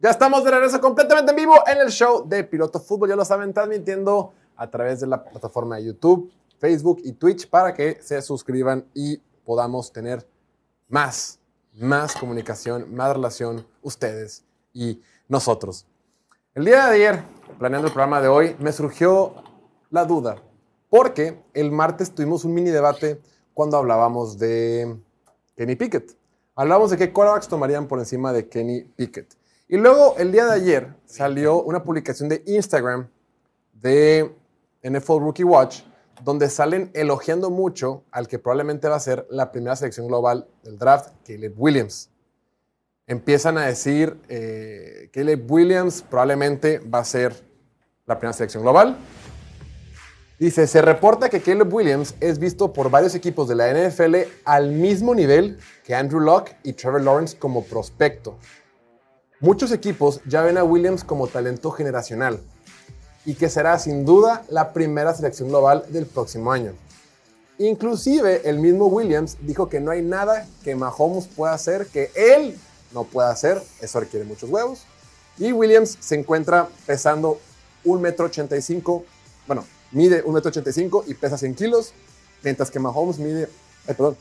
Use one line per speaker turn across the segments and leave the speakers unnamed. Ya estamos de regreso completamente en vivo en el show de Piloto Fútbol. Ya lo saben, transmitiendo a través de la plataforma de YouTube, Facebook y Twitch para que se suscriban y podamos tener más, más comunicación, más relación ustedes y nosotros. El día de ayer, planeando el programa de hoy, me surgió la duda, porque el martes tuvimos un mini debate cuando hablábamos de Kenny Pickett. Hablábamos de qué quarterbacks tomarían por encima de Kenny Pickett. Y luego, el día de ayer, salió una publicación de Instagram de NFL Rookie Watch, donde salen elogiando mucho al que probablemente va a ser la primera selección global del draft, Caleb Williams. Empiezan a decir, eh, Caleb Williams probablemente va a ser la primera selección global. Dice, se reporta que Caleb Williams es visto por varios equipos de la NFL al mismo nivel que Andrew Locke y Trevor Lawrence como prospecto. Muchos equipos ya ven a Williams como talento generacional y que será sin duda la primera selección global del próximo año. Inclusive el mismo Williams dijo que no hay nada que Mahomes pueda hacer que él no pueda hacer, eso requiere muchos huevos. Y Williams se encuentra pesando 1,85m, bueno, mide 1,85m y pesa 100 kilos, mientras que Mahomes mide, ay, perdón,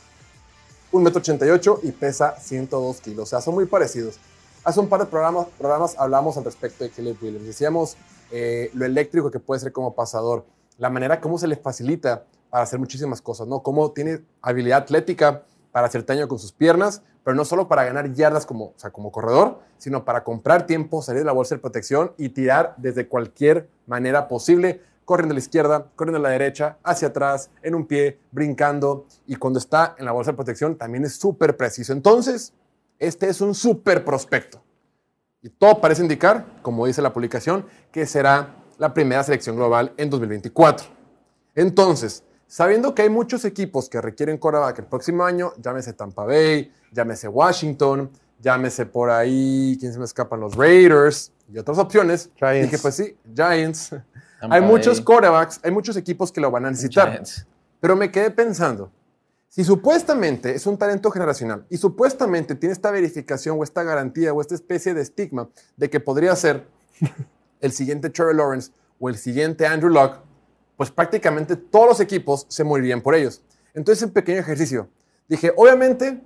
1,88m y pesa 102 kilos, o sea, son muy parecidos. Hace un par de programas, programas hablamos al respecto de Caleb Williams, decíamos eh, lo eléctrico que puede ser como pasador, la manera como se les facilita para hacer muchísimas cosas, ¿no? Cómo tiene habilidad atlética para hacer daño con sus piernas, pero no solo para ganar yardas como, o sea, como corredor, sino para comprar tiempo, salir de la bolsa de protección y tirar desde cualquier manera posible, corriendo a la izquierda, corriendo a la derecha, hacia atrás, en un pie, brincando, y cuando está en la bolsa de protección también es súper preciso. Entonces, este es un súper prospecto. Y todo parece indicar, como dice la publicación, que será la primera selección global en 2024. Entonces, sabiendo que hay muchos equipos que requieren quarterback el próximo año, llámese Tampa Bay, llámese Washington, llámese por ahí, quién se me escapan, los Raiders y otras opciones,
Giants.
dije, pues sí, Giants.
Tampa
hay muchos
Bay.
quarterbacks, hay muchos equipos que lo van a necesitar.
Giants.
Pero me quedé pensando, si supuestamente es un talento generacional y supuestamente tiene esta verificación o esta garantía o esta especie de estigma de que podría ser el siguiente Trevor Lawrence o el siguiente Andrew Luck, pues prácticamente todos los equipos se morirían por ellos. Entonces, un pequeño ejercicio. Dije, obviamente,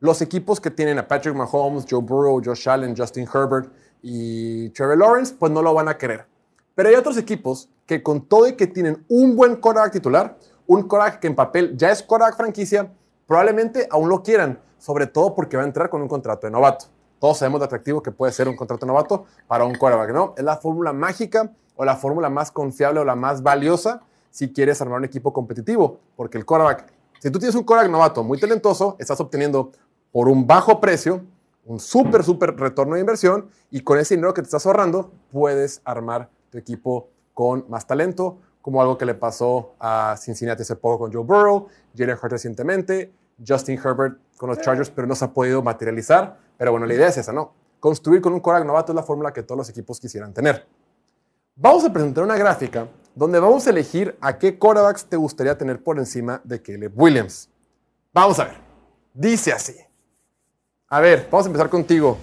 los equipos que tienen a Patrick Mahomes, Joe Burrow, Josh Allen, Justin Herbert y Trevor Lawrence, pues no lo van a querer. Pero hay otros equipos que con todo y que tienen un buen quarterback titular, un quarterback que en papel ya es quarterback franquicia, probablemente aún lo quieran, sobre todo porque va a entrar con un contrato de novato. Todos sabemos lo atractivo que puede ser un contrato de novato para un quarterback, ¿no? Es la fórmula mágica o la fórmula más confiable o la más valiosa si quieres armar un equipo competitivo, porque el quarterback si tú tienes un Korak novato muy talentoso, estás obteniendo por un bajo precio un súper, súper retorno de inversión y con ese dinero que te estás ahorrando puedes armar tu equipo con más talento, como algo que le pasó a Cincinnati hace poco con Joe Burrow, Jalen Hurts recientemente, Justin Herbert con los Chargers, pero no se ha podido materializar. Pero bueno, la idea es esa, ¿no? Construir con un Korak novato es la fórmula que todos los equipos quisieran tener. Vamos a presentar una gráfica donde vamos a elegir a qué quarterbacks te gustaría tener por encima de Caleb Williams. Vamos a ver. Dice así. A ver, vamos a empezar contigo,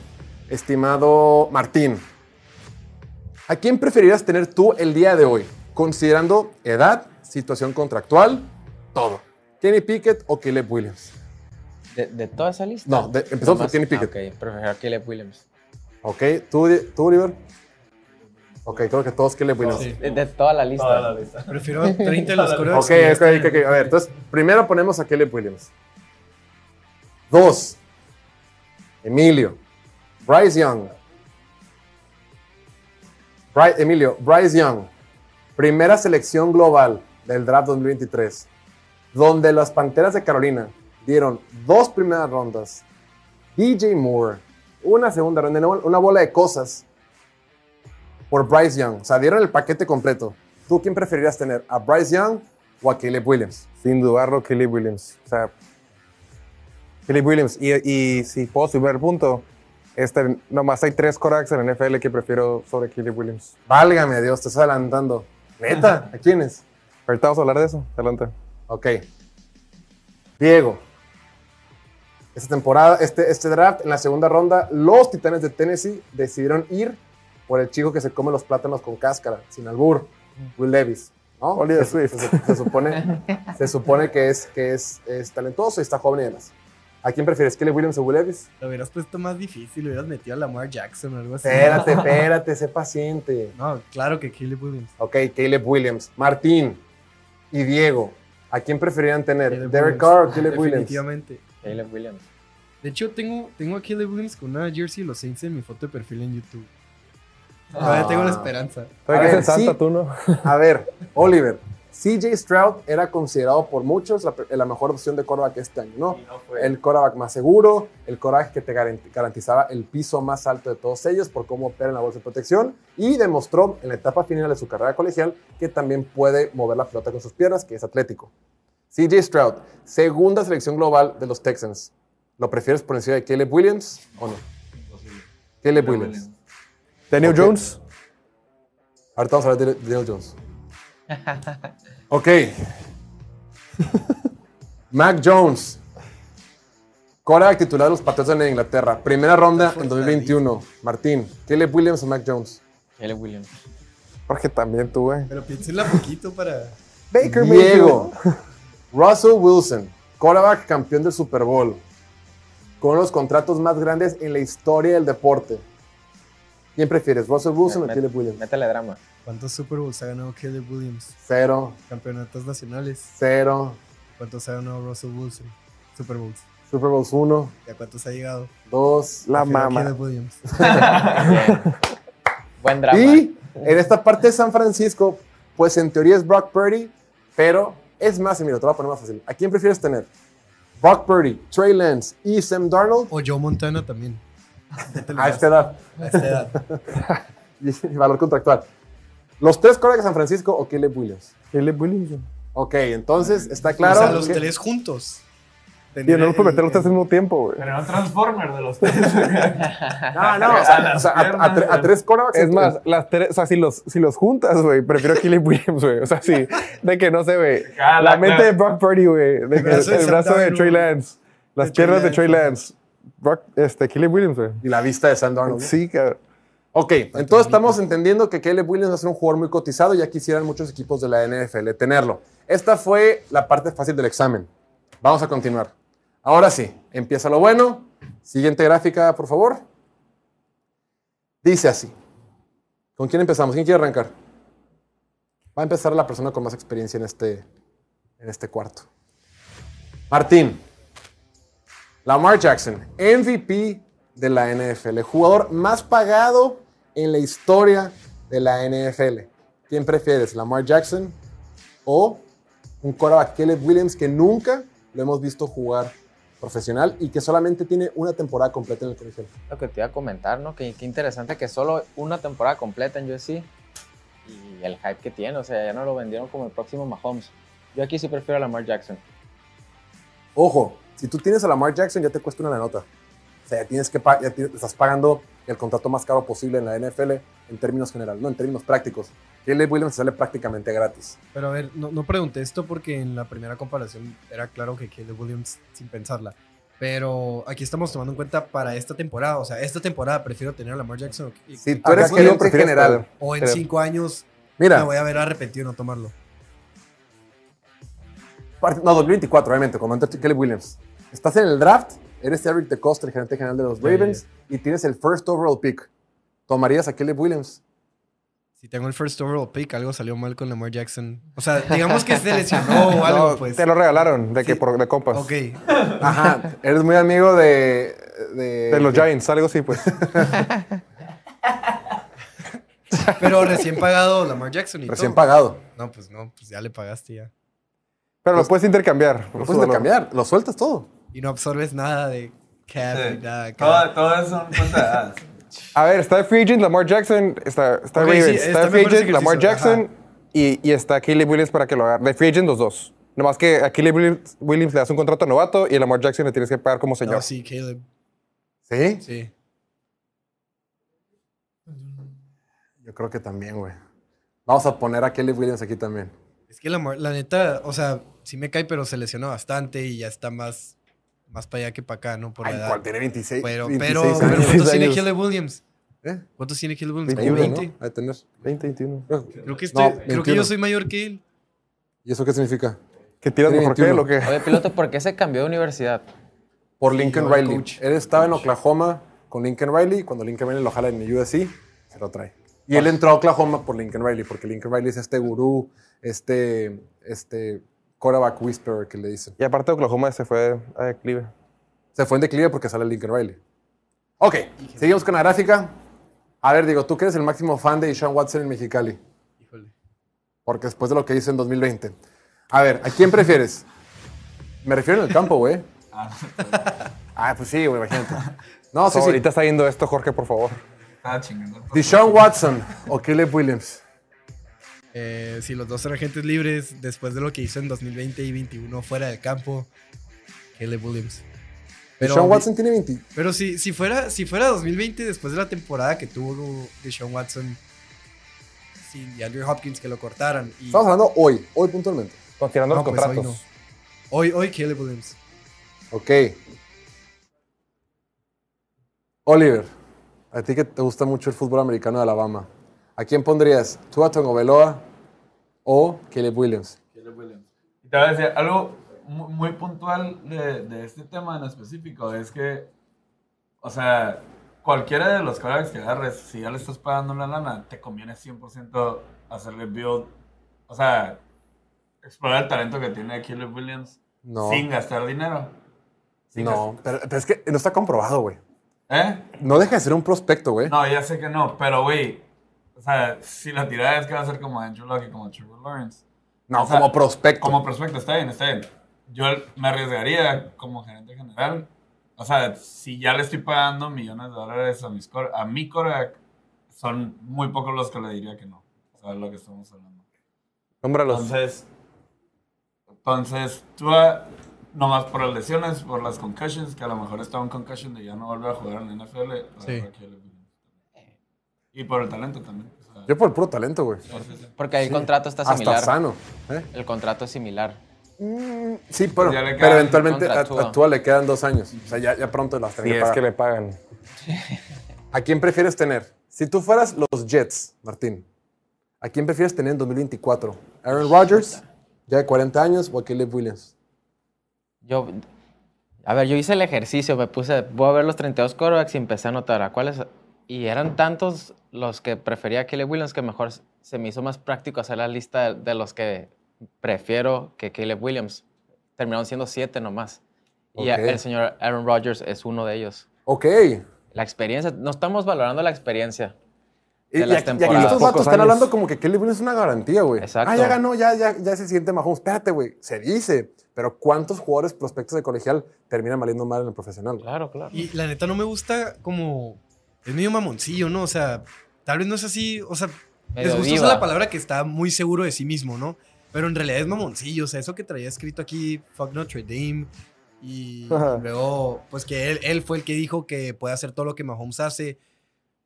estimado Martín. ¿A quién preferirías tener tú el día de hoy, considerando edad, situación contractual, todo? ¿Kenny Pickett o Caleb Williams?
¿De, de toda esa lista?
No, de- empezamos por
Nomás-
Kenny Pickett.
Ah, ok, prefiero a Caleb Williams.
¿Ok? ¿Tú, tú Oliver? Ok, creo que todos Caleb Williams.
Sí.
De, de toda la lista.
Toda la lista.
Prefiero 30 de los
Ok,
corebacks.
ok, ok, ok. A ver, entonces, primero ponemos a Caleb Williams. Dos. Emilio. Bryce Young. Bry- Emilio, Bryce Young. Primera selección global del draft 2023. Donde las Panteras de Carolina dieron dos primeras rondas. DJ Moore. Una segunda ronda. una- Una bola de cosas por Bryce Young. O sea, dieron el paquete completo. ¿Tú quién preferirías tener? ¿A Bryce Young o a Caleb Williams?
Sin dudarlo, Caleb Williams. O sea, Caleb Williams. Y, y si puedo subir el punto, este, nomás hay tres corebacks en NFL que prefiero sobre Caleb Williams.
Válgame Dios, te estás adelantando. ¿Neta? ¿A quiénes?
Ahorita vamos a hablar de eso. Adelante.
Ok. Diego. Esta temporada, este, este draft, en la segunda ronda, los Titanes de Tennessee decidieron ir por el chico que se come los plátanos con cáscara, sin albur, Will Levis. ¿no?
Oliver
Se-
Swift.
Se, se supone, se supone que, es, que es, es talentoso y está joven y demás. ¿A quién prefieres, Kelly Williams o Will Levis?
Lo hubieras puesto más difícil, hubieras metido a Lamar Jackson o algo así.
Espérate, espérate, sé paciente.
No, claro que Caleb Williams.
Ok, Caleb Williams, Martín y Diego. ¿A quién preferirían tener?
Caleb
¿Derek
Williams.
Carr o Caleb Williams?
Definitivamente.
Caleb Williams.
De hecho, tengo, tengo a Caleb Williams con una jersey de los Saints en mi foto de perfil en YouTube.
Ah.
Todavía tengo la esperanza.
A
Todavía
ver,
que se salta
sí.
tú, ¿no?
A ver, Oliver, CJ Stroud era considerado por muchos la, la mejor opción de quarterback este año, ¿no? El quarterback más seguro, el quarterback que te garan- garantizaba el piso más alto de todos ellos por cómo opera en la bolsa de protección y demostró en la etapa final de su carrera colegial que también puede mover la pelota con sus piernas, que es atlético. CJ Stroud, segunda selección global de los Texans. ¿Lo prefieres por encima de Caleb Williams o no? Caleb Williams.
Daniel
Ok.
Jones.
Ahorita vamos a hablar de Daniel Jones. ok. Mac Jones. Cora titular de los Patriots en Inglaterra. Primera ronda en 2021. Martín, Caleb Williams o Mac Jones.
Caleb Williams.
Porque también tú, güey.
Pero piénsenla poquito para.
Baker
Diego. Russell Wilson, quarterback campeón del Super Bowl. Con los contratos más grandes en la historia del deporte. ¿Mayfield. ¿Quién prefieres, Russell Wilson o
Me-
Caleb Williams?
Métale drama.
¿Cuántos Super Bowls ha ganado Caleb Williams?
Cero,
Campeonatos nacionales.
cero.
¿Cuántos ha ganado Russell Wilson? Super Bowls.
Super Bowls 1,
¿Y a cuántos ha llegado?
2,
La
Prefiero a
mamá.
Caleb Williams.
Bien. Buen drama.
Y en esta parte de San Francisco, pues en teoría es Brock Purdy, pero es más, y mira, te lo voy a poner más fácil. ¿A quién prefieres tener? Brock Purdy, Trey Lance y Sam Darnold
O Joe Montana también. Ya te lo
Ah,
a
gasto,
este-
esta edad.
a esta edad.
Y valor contractual. Los tres colegas de San Francisco o Caleb Williams.
Caleb Williams.
Ok, entonces está
Claro.
claro.
los
que-
tres juntos.
Tío, no los puedo
el-
meter los tres al mismo tiempo, güey.
Pero era un Transformer de los tres.
No, Ah, no, o sea, o sea, a, a tre- a tres corebacks.
Es más, las tres, o sea, si los, si los juntas, güey, prefiero a Caleb Williams, güey. O sea, sí, de que no sé, güey.
Ah, la-
La mente
la-
de Brock Purdy, güey. de que- El
brazo
brazo
de
de,
Sam Darnold,
Trey
güey.
Lance. Las
De Trey
piernas de Trey
Lance.
Lance. Brock, este, Caleb Williams, güey.
Y la vista de Sam Darnold. ¿no?
Sí, cabrón.
Ok, entonces estamos entendiendo que Caleb Williams va a ser un jugador muy cotizado y ya quisieran muchos equipos de la NFL tenerlo. Esta fue la parte fácil del examen. Vamos a continuar. Ahora sí, empieza lo bueno. Siguiente gráfica, por favor. Dice así. ¿Con quién empezamos? ¿Quién quiere arrancar? Va a empezar la persona con más experiencia en este, en este cuarto. Martín. Lamar Jackson, MVP de la NFL, jugador más pagado en la historia de la NFL. ¿Quién prefieres, Lamar Jackson o un quarterback Caleb Williams que nunca lo hemos visto jugar profesional y que solamente tiene una temporada completa en el colegio?
Lo que te iba a comentar, ¿no? Que, qué interesante que solo una temporada completa en USC y el hype que tiene. O sea, ya no lo vendieron como el próximo Mahomes. Yo aquí sí prefiero a Lamar Jackson.
Ojo, si tú tienes a Lamar Jackson ya te cuesta una la nota. O sea, ya tienes que pa- ya tienes- estás pagando el contrato más caro posible en la NFL en términos generales, no en términos prácticos. Caleb Williams sale prácticamente gratis.
Pero a ver, no, no pregunté esto porque en la primera comparación era claro que Caleb Williams sin pensarla. Pero aquí estamos tomando en cuenta para esta temporada. O sea, esta temporada prefiero tener a Lamar Jackson. o que-
Si tú eres
Acá sí lo
gerente
prefieres
general,
tener.
o en
pero-
cinco años
mira,
me voy a ver arrepentido de no tomarlo.
Parte- No, 2024, obviamente, cuando entra Caleb Williams. Estás en el draft, eres Eric DeCosta, el gerente general de los
Ya,
Ravens, y tienes el first overall pick. ¿Tomarías a Caleb Williams?
Si tengo el first overall pick, algo salió mal con Lamar Jackson. O sea, digamos que se lesionó o algo,
No,
pues.
Te lo regalaron de que
Sí.
por de compas.
Ok.
Ajá, eres muy amigo de... De,
De los Giants, algo así, pues.
Pero recién pagado Lamar Jackson y
Recién
todo.
pagado.
No, pues no, pues ya le pagaste ya.
Pero
Pues-
lo puedes intercambiar.
Lo
Su
puedes
valor.
intercambiar, lo sueltas todo.
Y no absorbes nada de cap
Sí. Ah,
ni nada. cap.
Todo, todo es un cuenta
A ver, está Free Agent, Lamar Jackson, está, está
Ok,
Ravens,
sí,
está,
está
Free
mejor ese
Agent, Lamar
ejercicio,
Jackson y, y está Caleb Williams para que lo haga. De Free Agent los dos. Nomás que a Caleb Williams, Williams le das un contrato novato y a Lamar Jackson le tienes que pagar como señor.
No, sí, Caleb.
¿Sí?
Sí.
Yo creo que también, güey. Vamos a poner a Caleb Williams aquí también.
Es que Lamar, la neta, o sea, sí me cae, pero se lesionó bastante y ya está más más para allá que para acá, ¿no? Por la
Ay,
edad.
¿cuál tiene 26?
Pero,
26
pero,
años.
pero ¿cuántos
26
tiene
años.
Caleb Williams?
¿Eh?
¿Cuántos tiene Caleb Williams? ¿Como
21,
20?
¿no? Ha de tener.
20, 21.
Creo, que estoy-
No,
creo que yo
21.
soy mayor que él.
¿Y eso qué significa?
¿Que tiras
Tiene
mejor que él
21.
o qué?
Oye, piloto, ¿por qué se cambió de universidad?
Por Lincoln
yo era
Riley.
coach.
Él estaba en Oklahoma con Lincoln Riley. Cuando Lincoln Riley lo jala en USC, se lo trae. Y él entró a Oklahoma por Lincoln Riley, porque Lincoln Riley es este gurú, este, este quarterback whisperer que le dicen.
Y aparte Oklahoma se fue a declive.
Se fue en declive porque sale Lincoln Riley. Ok, seguimos con la gráfica. A ver, digo, tú que eres el máximo fan de Deshaun Watson en Mexicali,
Híjole.
porque después de lo que hizo en 2020. A ver, ¿a quién prefieres? Me refiero en el campo, güey. Ah, pues sí, güey, imagínate. No, sí,
So,
sí.
Ahorita está yendo esto, Jorge, por favor.
Estaba chingando.
Deshaun Watson o Caleb Williams.
Eh, si los dos eran agentes libres, después de lo que hizo en 2020 y 21 fuera del campo, Caleb Williams. Pero,
Deshaun Watson tiene 20.
pero si, si, fuera, si fuera 2020, después de la temporada que tuvo Deshaun Watson sin DeAndre Hopkins, que lo cortaran. Y,
Estamos hablando hoy, hoy puntualmente.
Considerando
No,
los
pues, hoy
contratos.
no. hoy, hoy Caleb Williams.
Ok. Oliver, a ti que te gusta mucho el fútbol americano de Alabama, ¿a quién pondrías? ¿Tua Tongoveloa o Caleb Williams?
Caleb Williams. Y te voy a decir algo mu- muy puntual de, de este tema en específico. Es que, o sea, cualquiera de los quarterbacks que agarres, si ya le estás pagando la lana, te conviene 100% hacerle build. O sea, explorar el talento que tiene Caleb Williams
No.
sin gastar dinero. Sin
No, pero, pero es que no está comprobado, güey.
gas- ¿Eh?
No deja de ser un prospecto, güey.
No, ya sé que no, pero güey, o sea, si la tirada es que va a ser como Andrew Luck y como Trevor Lawrence,
No,
o sea,
como prospecto.
como prospecto, está bien, está bien. Yo me arriesgaría como gerente general. O sea, si ya le estoy pagando millones de dólares a, mis cor- a mi Korak, son muy pocos los que le diría que no. O sea, es lo que estamos hablando.
Nómbralos.
Entonces, entonces tú ah, nomás por las lesiones, por las concussions, que a lo mejor está un concussion de ya no volver a jugar en la NFL.
Sí.
agarro a Caleb Williams. Y por el talento también. o sea,
Yo por el puro talento, güey.
sí, sí, sí.
Porque ahí el contrato está
Hasta
similar.
sano. ¿eh?
El contrato es similar.
Mm, sí, pero,
Ya le
pero
quedan
eventualmente a,
contra
a
Tua.
Tua le quedan dos años. O sea, ya, ya pronto las
Si
tiene que
es
pagar.
que le pagan.
¿A quién prefieres tener? Si tú fueras los Jets, Martín, ¿a quién prefieres tener en 2024? ¿Aaron Rodgers, ya de 40 años, o a Caleb Williams?
Yo, a ver, yo hice el ejercicio, me puse, voy a ver los 32 quarterbacks y empecé a anotar a cuáles. Y eran tantos los que prefería a Caleb Williams que mejor s- se me hizo más práctico hacer la lista de, de los que prefiero que Caleb Williams. Terminaron siendo siete nomás. Y a-
Ok.
el señor Aaron Rodgers es uno de ellos.
Ok.
La experiencia, no estamos valorando la experiencia.
Y,
De
y
las
aquí, y aquí
temporadas.
estos vatos
Pocos
están
años.
hablando como que Caleb Williams es una garantía, güey.
Exacto.
Ah, ya ganó, ya, ya, ya se siente Mahomes. Espérate, güey. Se dice. Pero ¿cuántos jugadores prospectos de colegial terminan valiendo mal en el profesional? güey?
Claro, claro.
Y la neta no me gusta como... Es medio mamoncillo, ¿no? O sea, tal vez no es así, o sea,
Medio
Les gusta
diva.
usar la palabra que está muy seguro de sí mismo, ¿no? Pero en realidad es mamoncillo, o sea, eso que traía escrito aquí, fuck Notre Dame. Y
Ajá.
luego, pues que él, él fue el que dijo que puede hacer todo lo que Mahomes hace.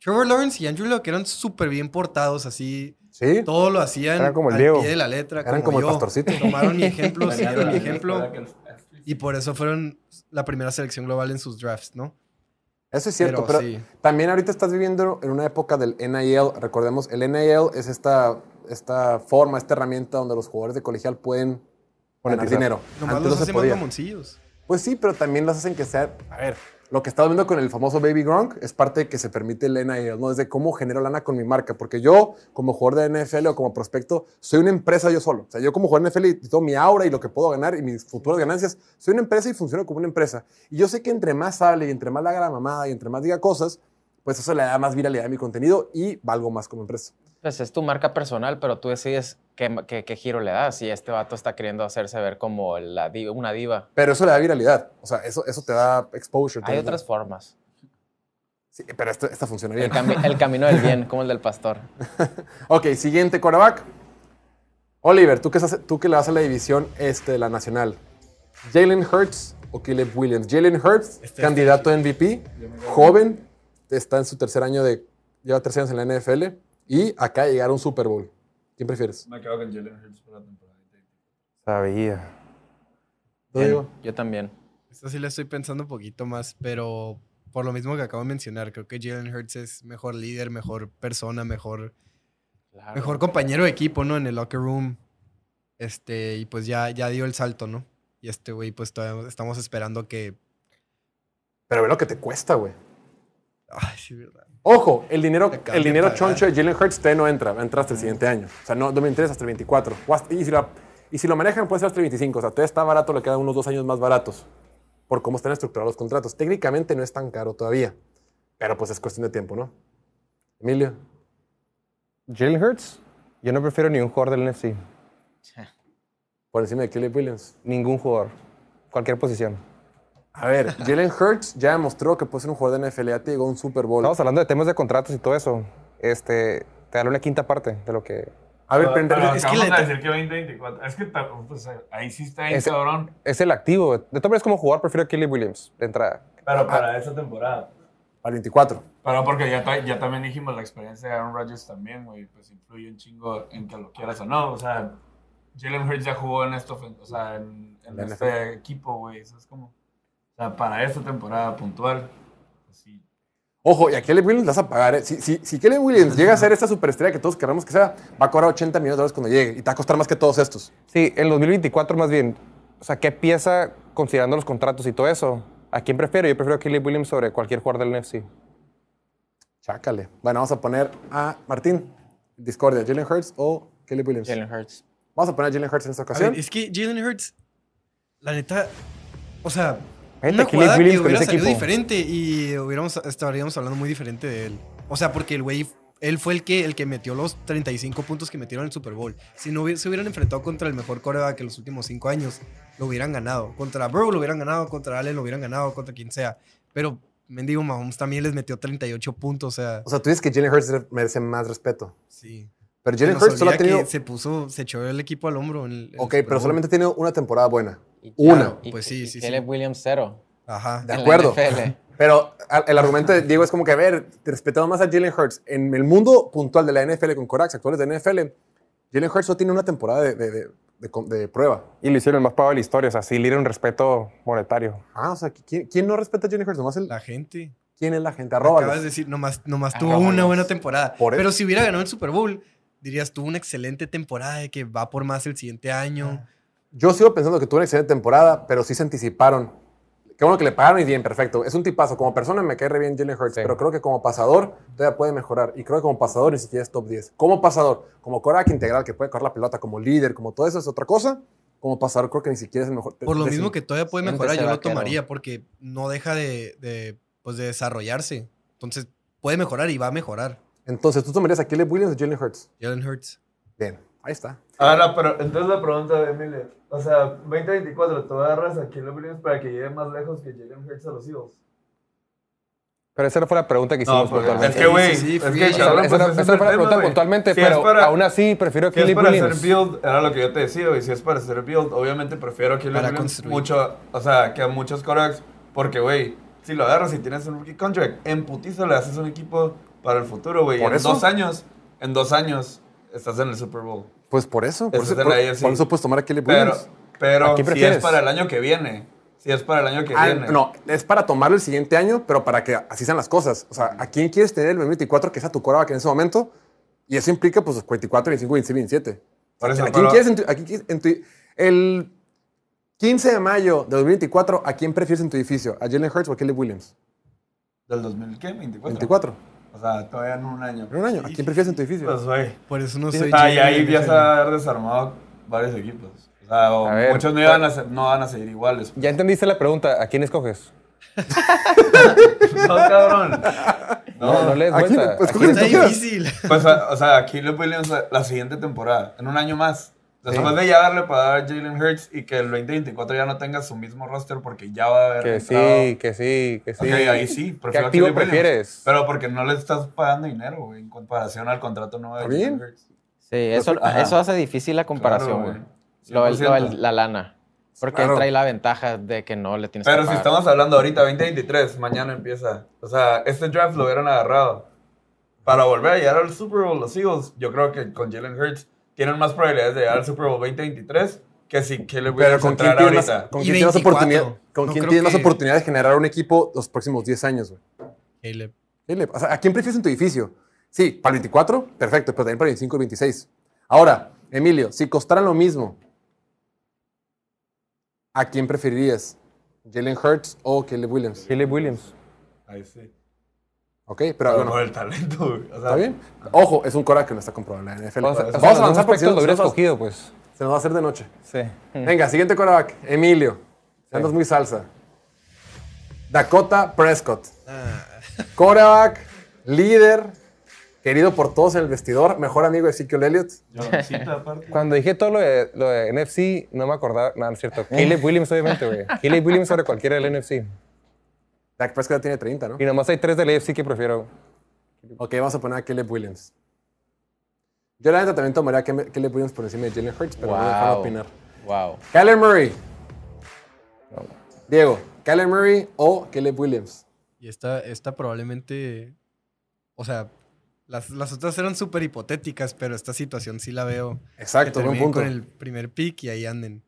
Trevor Lawrence y Andrew Luck eran súper bien portados, así.
¿Sí?
Todo lo hacían
Eran como el
al
Diego.
pie de la letra.
Eran como el
yo.
pastorcito.
Tomaron mi ejemplo, siguieron mi
Planearon
ejemplo.
que el-
Y por eso fueron la primera selección global en sus drafts, ¿no?
Eso es cierto, pero,
sí.
También ahorita estás viviendo en una época del NIL. Recordemos, el NIL es esta, esta forma, esta herramienta donde los jugadores de colegial pueden ganar
Monetizar.
dinero.
Nomás
Antes
los
no se
hacen más
podía.
mamoncillos.
Pues sí, pero también las hacen que sea... A ver, lo que estás viendo con el famoso Baby Gronk es parte de que se permite el NIL, ¿no? Es de cómo genero lana con mi marca. Porque yo, como jugador de NFL o como prospecto, soy una empresa yo solo. O sea, yo como jugador de NFL y todo mi aura y lo que puedo ganar y mis futuras ganancias, soy una empresa y funciono como una empresa. Y yo sé que entre más hable y entre más la haga la mamada y entre más diga cosas, pues eso le da más viralidad a mi contenido y valgo más como empresa.
Pues es tu marca personal, pero tú decides qué, qué- qué giro le das. Y este vato está queriendo hacerse ver como la di- una diva.
Pero eso le da viralidad. O sea, eso, eso te da exposure.
Hay
te-
otras formas.
Sí, pero esta, esta funciona bien.
El, cami- el camino del bien, como el del pastor.
Ok, siguiente quarterback. Oliver, tú que, estás- tú que le vas a la división este de la nacional. Jalen Hurts o Caleb Williams. Jalen Hurts,
Este-
candidato a MVP, joven, está en su tercer año de. lleva tres años en la NFL y acá llegar a un Super Bowl. ¿Quién prefieres?
Me quedo con Jalen Hurts por la temporada.
Sabía.
Lo digo.
Yo también.
Esta sí la estoy pensando un poquito más, pero por lo mismo que acabo de mencionar, creo que Jalen Hurts es mejor líder, mejor persona, mejor,
Claro.
mejor compañero de equipo, ¿no? En el locker room. Este, y pues ya, ya dio el salto, ¿no? Y este güey, pues todavía estamos esperando que.
Pero ve lo que te cuesta, güey.
Ay, sí, verdad.
Ojo, el dinero,
Te cambia
el dinero
para-
choncho de Jalen Hurts te no entra, entra hasta el siguiente año. O sea, no 2023 hasta el 24. O hasta- Y si, la- y si lo manejan, puede ser hasta el 25. O sea, todavía está barato, le quedan unos dos años más baratos por cómo están estructurados los contratos. Técnicamente no es tan caro todavía, pero pues es cuestión de tiempo, ¿no? Emilio,
Jalen Hurts, yo no prefiero ni un jugador del NFC.
por encima de Caleb Williams.
Ningún jugador. Cualquier posición.
A ver, Jalen Hurts ya demostró que puede ser un jugador de NFL, ya te llegó a un Super Bowl.
Estamos hablando de temas de contratos y todo eso. Este, te daré una quinta parte de lo que...
A ver, pero-
Pero
es que
acabamos
la-
de decir que 2024. Es que ta- pues, ahí sí está bien,
Ese-
cabrón.
Es el activo. De todas maneras, como jugador, prefiero a Kelly Williams de entrada.
Pero para esa temporada.
al 24.
Pero porque ya, ta- ya también dijimos la experiencia de Aaron Rodgers también, güey. Pues influye un chingo en que lo quieras o no. O sea, Jalen Hurts ya jugó en esto, o sea, en, en
La
este equipo, güey. Eso es como. O sea, para esta temporada puntual. pues sí.
Ojo, y a Caleb Williams las vas a pagar. ¿eh? Si, si, si Caleb Williams llega a ser esta superestrella que todos queremos que sea, va a cobrar 80 millones de dólares cuando llegue y te va a costar más que todos estos.
Sí, en 2024 más bien. O sea, ¿qué pieza, considerando los contratos y todo eso? ¿A quién prefiero? Yo prefiero a Kelly Williams sobre cualquier jugador del NFC.
Chácale. Bueno, vamos a poner a Martín, Discordia, Jalen Hurts o Caleb Williams.
Jalen Hurts.
Vamos a poner a Jalen Hurts en esta
A
ocasión.
ver, es que Jalen Hurts, la neta, o sea,
Gente,
una
Caleb
jugada que
Williams con
hubiera
ese
salido
equipo.
diferente y hubiéramos, estaríamos hablando muy diferente de él. O sea, porque el güey, él fue el que, el que metió los 35 puntos que metieron en el Super Bowl. Si no hubi- se hubieran enfrentado contra el mejor coreback en los últimos 5 años, lo hubieran ganado. Contra Burrow lo hubieran ganado, contra Allen lo hubieran ganado, contra quien sea. Pero, mendigo Mahomes también les metió 38 puntos, o sea,
O sea, tú dices que Jalen Hurts merece más respeto.
sí.
Pero
Se
Jalen
nos
Hurts solo ha
olvida que
tenido.
Se puso, se echó el equipo al hombro. En el, en el
Ok,
Super
pero
Bowl.
solamente ha tenido una temporada buena.
Y-
Una.
y-
Pues sí,
y
sí, sí.
Caleb Williams, cero.
Ajá.
De
en la
acuerdo.
NFL.
Pero a- el argumento de Diego es como que, a ver, te respetamos más a Jalen Hurts. En el mundo puntual de la NFL, con Corax actuales de NFL, Jalen Hurts solo tiene una temporada de, de- de- de- de prueba.
Y lo hicieron el más pagado de la historia. O sea, sí le dieron respeto monetario.
Ah, o sea, ¿quién, quién no respeta a Jalen Hurts? Nomás el-
La gente.
¿Quién es la gente?
Acabas
Arróbalos.
de decir, nomás, nomás
Ah,
tuvo
róbalos.
una buena temporada.
Por eso.
Pero si hubiera ganado el Super Bowl, dirías, tuvo una excelente temporada de que va por más el siguiente
Ah,
año.
Yo sigo pensando que tuvo una excelente temporada, pero sí se anticiparon. Qué bueno que le pagaron y bien, perfecto. Es un tipazo. Como persona me cae re bien Jalen Hurts,
Sí.
pero creo que como pasador todavía puede mejorar. Y creo que como pasador ni siquiera es top 10. Como pasador, como coreback integral que puede correr la pelota, como líder, como todo eso es otra cosa. Como pasador creo que ni siquiera pues es el mejor.
Por lo
Décimo.
mismo que todavía puede
Siéntese
mejorar, yo lo
vaquero.
tomaría porque no deja de, de, pues, de desarrollarse. Entonces, puede mejorar y va a mejorar.
Entonces, ¿tú tomarías a Caleb Williams o Jalen Hurts?
Jalen Hurts.
Bien, ahí está.
Ahora, Ah, pero entonces la pregunta de Emile, o sea, 2024, ¿tú agarras a Caleb Williams para que llegue más lejos que Jalen Hurts a los Eagles?
Pero esa no fue la pregunta que hicimos
es
puntualmente.
que, güey,
Sí, sí,
pues, es
sí,
que,
sí.
cabrón,
esa
pues,
no,
ese
esa no fue la
es el tema,
pregunta
güey.
puntualmente,
Si es
pero
para-
aún así prefiero a
Si es
Kelly
para
Williams.
hacer build, era lo que yo te decía, güey. Si es para hacer build, obviamente prefiero a Caleb
Para
Williams
construir.
mucho, o sea, que a muchos corebacks, porque, güey, si lo agarras y tienes un rookie contract, en putizo le haces un equipo para el futuro, güey. y
¿Por
En
eso?
dos años, en dos años, estás en el Super Bowl.
Pues por eso. Por
Ese
eso,
es de la
por-
AFC.
por eso puedes tomar a Caleb
Pero,
Williams.
pero
¿A quién
si es
prefieres?
para el año que viene, si es para el año que
Ah,
viene.
no, es para tomarlo el siguiente año, pero para que así sean las cosas. O sea, ¿a quién quieres tener el 2024 que sea tu coreback en ese momento? Y eso implica, pues, los 44, 25, 26, 27.
Por eso,
¿A quién
pero-
quieres en tu, a quién quieres en tu- El 15 de mayo de 2024, ¿a quién prefieres en tu edificio? ¿A Jalen Hurts o a Caleb Williams?
¿Del 2000 qué? 24.
24.
O sea, todavía en un año.
En un año. ¿A quién prefieres en tu edificio?
Pues, güey.
Por eso no
Sí,
soy.
o sea, y
Jalen
ahí
en
ya se
NFL.
va a haber desarmado varios equipos. O sea, o
A ver,
muchos no,
pa-
iban a ser- no van a seguir iguales.
Ya entendiste la pregunta, ¿a quién escoges?
No, cabrón.
No, no,
No,
le des
¿A quién?
vuelta.
Pues,
¿A
escoge
quién-
Está
tú quieras.
difícil.
Pues, a- o sea, aquí lo Williams la- la siguiente temporada, en un año más. Después de ya darle para dar a Jalen Hurts y que el 2024 ya no tenga su mismo roster porque ya va a haber
Que
entrado-
sí, que sí, que sí.
Ok, ahí sí.
¿Qué
prefiero a
activo
Caleb Williams.
prefieres?
Pero porque no le estás pagando dinero, güey, en comparación al contrato nuevo de
Está bien.
Jalen Hurts.
Sí, eso,
Ajá.
eso hace difícil la comparación,
Claro,
güey.
güey.
Lo del- lo del-
100%.
la lana. Porque
Claro.
él trae la ventaja de que no le tienes que
Pero si
pagar.
estamos hablando ahorita, 2023, mañana empieza. O sea, este draft lo hubieran agarrado. Para volver a llegar al Super Bowl, los Eagles, yo creo que con Jalen Hurts tienen más probabilidades de llegar al Super Bowl 2023 que si Caleb
Pero
Williams
con quién
entrara
tiene más,
ahorita.
con
Y
quién tiene más
24.
oportunidad, con
No
quién
creo
tiene más
que-
oportunidad de generar un equipo los próximos 10 años, güey.
Caleb.
Caleb, o sea, ¿a quién prefieres en tu edificio? Sí, para el 24, perfecto, pero también para el 25 y 26. Ahora, Emilio, si costaran lo mismo, ¿a quién preferirías? ¿Jalen Hurts o Caleb Williams?
Caleb Williams.
Ahí sí.
Ok, pero
Pero
bueno,
no el talento, güey. O sea,
está bien. Ojo, es un Cora que no está comprobado en la NFL.
O sea, o sea,
Vamos
en
a avanzar
algún
porque si
aspecto
no-
lo hubiera
se nos va-
escogido, pues.
se nos va a hacer de noche.
Sí.
Venga, siguiente coreback, Emilio. Andas muy salsa. Dakota Prescott.
Ah.
Coreback, líder, querido por todos en el vestidor, mejor amigo de Ezekiel Elliott.
Lloroncita aparte.
Cuando dije todo lo de, lo de NFC, no me acordaba. No, no es
Eh.
cierto. Caleb Williams, obviamente, güey. Caleb Williams sobre cualquiera del NFC.
Dak Prescott ya tiene 30, ¿no?
Y nomás hay tres del NFC que prefiero.
Ok, vamos a poner a Caleb Williams. Yo la neta también tomaría a Kem- Caleb Williams por encima de Jalen Hurts, pero no me dejaron
Wow.
opinar.
Wow.
Kyler Murray. Diego, Kyler Murray o Caleb Williams.
Y esta, esta probablemente. O sea, las, las otras eran súper hipotéticas, pero esta situación sí la veo. Que
Exacto, buen
terminen
punto.
con el primer pick y ahí anden.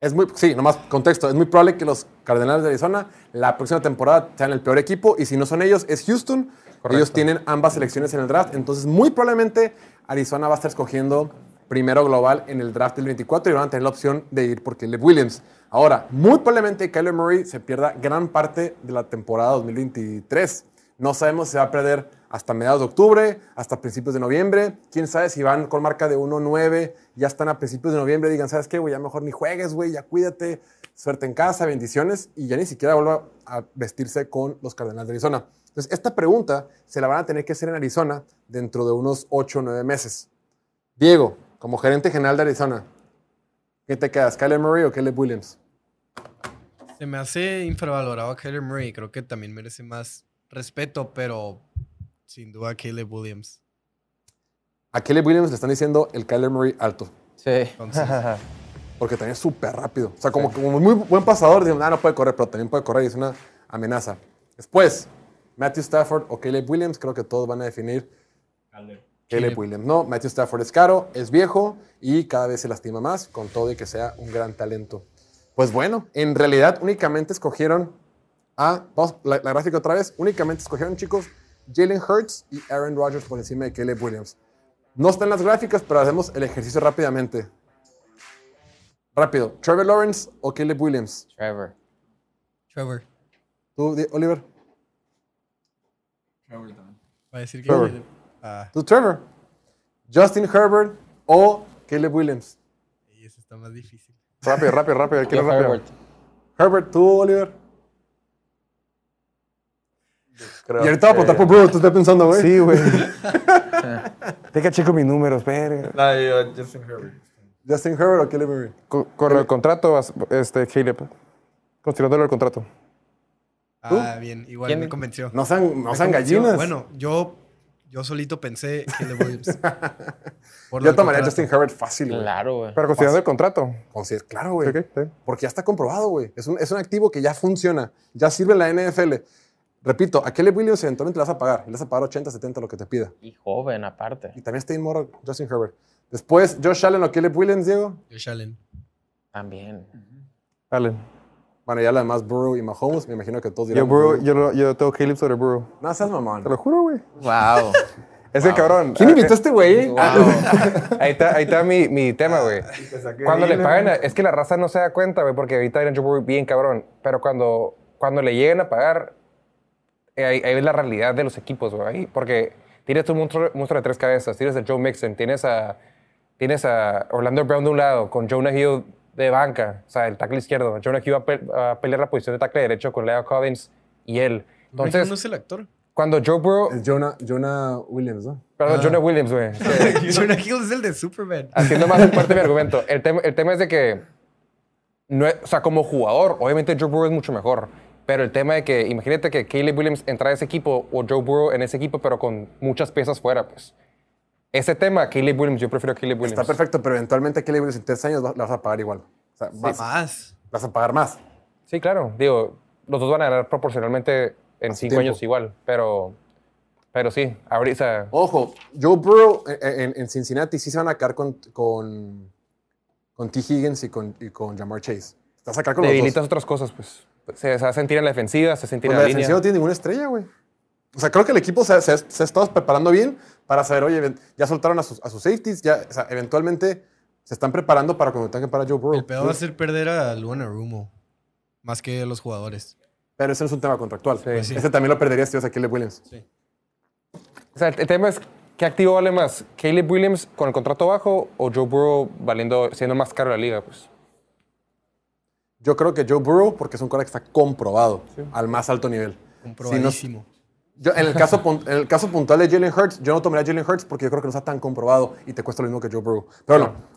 Es muy, sí, nomás contexto. Es muy probable que los Cardenales de Arizona la próxima temporada sean el peor equipo y si no son ellos, es Houston. Ellos tienen ambas selecciones en el draft. Entonces, muy probablemente Arizona va a estar escogiendo primero global en el draft del 24 y van a tener la opción de ir por Caleb Williams. Ahora, muy probablemente Kyler Murray se pierda gran parte de la temporada 2023. No sabemos si se va a perder hasta mediados de octubre, hasta principios de noviembre. Quién sabe si van con marca de 1-9, ya están a principios de noviembre, digan, ¿sabes qué, güey? Ya mejor ni juegues, güey, ya cuídate, suerte en casa, bendiciones, y ya ni siquiera vuelva a vestirse con los Cardenales de Arizona. Entonces, esta pregunta se la van a tener que hacer en Arizona dentro de unos 8 o 9 meses. Diego, como gerente general de Arizona, ¿qué te quedas, Kyler Murray o Caleb Williams?
Se me hace infravalorado a Kyler Murray. Creo que también merece más respeto, pero sin duda Caleb Williams.
A Caleb Williams le están diciendo el Kyler Murray alto.
Sí.
Entonces,
porque también es súper rápido. O sea, como, como muy buen pasador, digo, "Ah, no puede correr, pero también puede correr y es una amenaza. Después, Matthew Stafford o Caleb Williams, creo que todos van a definir
Caleb.
Caleb
Caleb.
Williams. No, Matthew Stafford es caro, es viejo y cada vez se lastima más, con todo y que sea un gran talento. Pues bueno, en realidad únicamente escogieron a, vamos, la, la gráfica otra vez, únicamente escogieron chicos Jalen Hurts y Aaron Rodgers por encima de Caleb Williams. No están las gráficas, pero hacemos el ejercicio rápidamente. Rápido, Trevor Lawrence o Caleb Williams.
Trevor.
Trevor.
Tú, Di- Oliver.
Trevor también.
Va a decir que.
Trevor.
Ah,
Tú, Trevor. Justin Herbert o Caleb Williams.
y eso está más difícil.
Rápido, rápido, rápido. Quiero
Yo,
rápido.
Herbert.
Herbert, tú, Oliver. Y ahorita va a apuntar por Bruce, tú estás pensando, güey.
Sí, güey. Deja checo mis números, verga.
No, yo, uh, Justin Herbert.
Justin Herbert o Caleb Murray.
Co- Con el contrato, vas- este, Caleb. Considerándolo el contrato.
Ah, bien. Igual
¿Quién?
me convenció.
No sean, no sean
convenció.
gallinas.
Bueno, yo, yo solito pensé Caleb Williams. Por lo
Yo
del
tomaría a
contrato.
Justin Herbert fácil, güey.
Claro, güey.
Pero considerando el contrato.
O sea, Claro, güey.
Ok, está bien.
Porque ya está comprobado, güey. Es un, es un activo que ya funciona, ya sirve en la NFL. Repito, a Caleb Williams eventualmente le vas a pagar. Le vas a pagar 80, 70, lo que te pida.
Y joven, aparte.
Y también está inmoro Justin Herbert. Después, Josh Allen o Caleb Williams, Diego.
Josh Allen.
También.
Allen.
Bueno, ya lo demás, Burrow y Mahomes. Me imagino que todos dirán.
Yo, Burrow, yo, lo- yo tengo Caleb sobre Burrow.
No seas mamón.
Te lo juro, güey.
Wow.
Es el cabrón.
¿Quién
Ah,
invitó a este güey?
Ahí está, ahí está mi, mi tema, güey. Cuando le paguen, a- es que la raza no se da cuenta, güey, porque ahorita Andrew Burry bien cabrón. Pero cuando, cuando le lleguen a pagar, eh, ahí, ahí es la realidad de los equipos, güey. ahí, Porque tienes tu monstruo, monstruo de tres cabezas, tienes a Joe Mixon, tienes a, tienes a Orlando Brown de un lado, con Jonah Hill de banca, o sea, el tackle izquierdo. Jonah Hill va a, pe- va a pelear la posición de tackle derecho con Leo Collins y él.
no
Entonces,
es el actor.
cuando Joe Burrow,
Es Jonah, Jonah Williams, ¿no?
perdón, Jonah Williams, güey. Sí.
Jonah Hill es el de Superman.
Ah,
haciendo más fuerte mi argumento. El tema, el tema es de que, no es- o sea, como jugador, obviamente Joe Burrow es mucho mejor. Pero el tema de que, imagínate que Caleb Williams entra a ese equipo o Joe Burrow en ese equipo, pero con muchas piezas fuera, pues. Ese tema, Caleb Williams, yo prefiero a Caleb Williams.
Está perfecto, pero eventualmente a Caleb Williams en tres años va- la vas a pagar igual. O sea, vas,
Más.
vas a pagar más.
Sí, claro. Digo, los dos van a ganar proporcionalmente en cinco
tiempo.
años igual, pero, pero sí, ahorita.
eh, Ojo, Joe Burrow en, en- en Cincinnati sí se van a quedar con, con, con T. Higgins y con, y con Jamar Chase. Te vas a sacar con los dos.
Debilitas otras cosas, pues. Se, se va a sentir en la defensiva, se va a sentir
Pues la
en la,
defensiva no
línea.
tiene ninguna estrella, güey. O sea, creo que el equipo se, se, se ha estado preparando bien para saber, oye, ven- ya soltaron a sus, a sus safeties, ya, o sea, eventualmente se están preparando para cuando tengan que parar a Joe Burrow.
El peor va a ser perder a Luana Rumo. Más que a los jugadores.
Pero ese no es un tema contractual.
Pues
sí.
Ese también lo perderías si vas a Caleb Williams.
O sea, el, el tema es qué activo vale más, Caleb Williams con el contrato bajo o Joe Burrow valiendo, siendo más caro la liga, pues.
Yo creo que Joe Burrow, porque es un coreback que está comprobado al más alto nivel. Si no-
Comprobadísimo.
yo- en, el caso, pun- en el caso puntual de Jalen Hurts, yo no tomaría a Jalen Hurts porque yo creo que no está tan comprobado y te cuesta lo mismo que Joe Burrow. Pero bueno,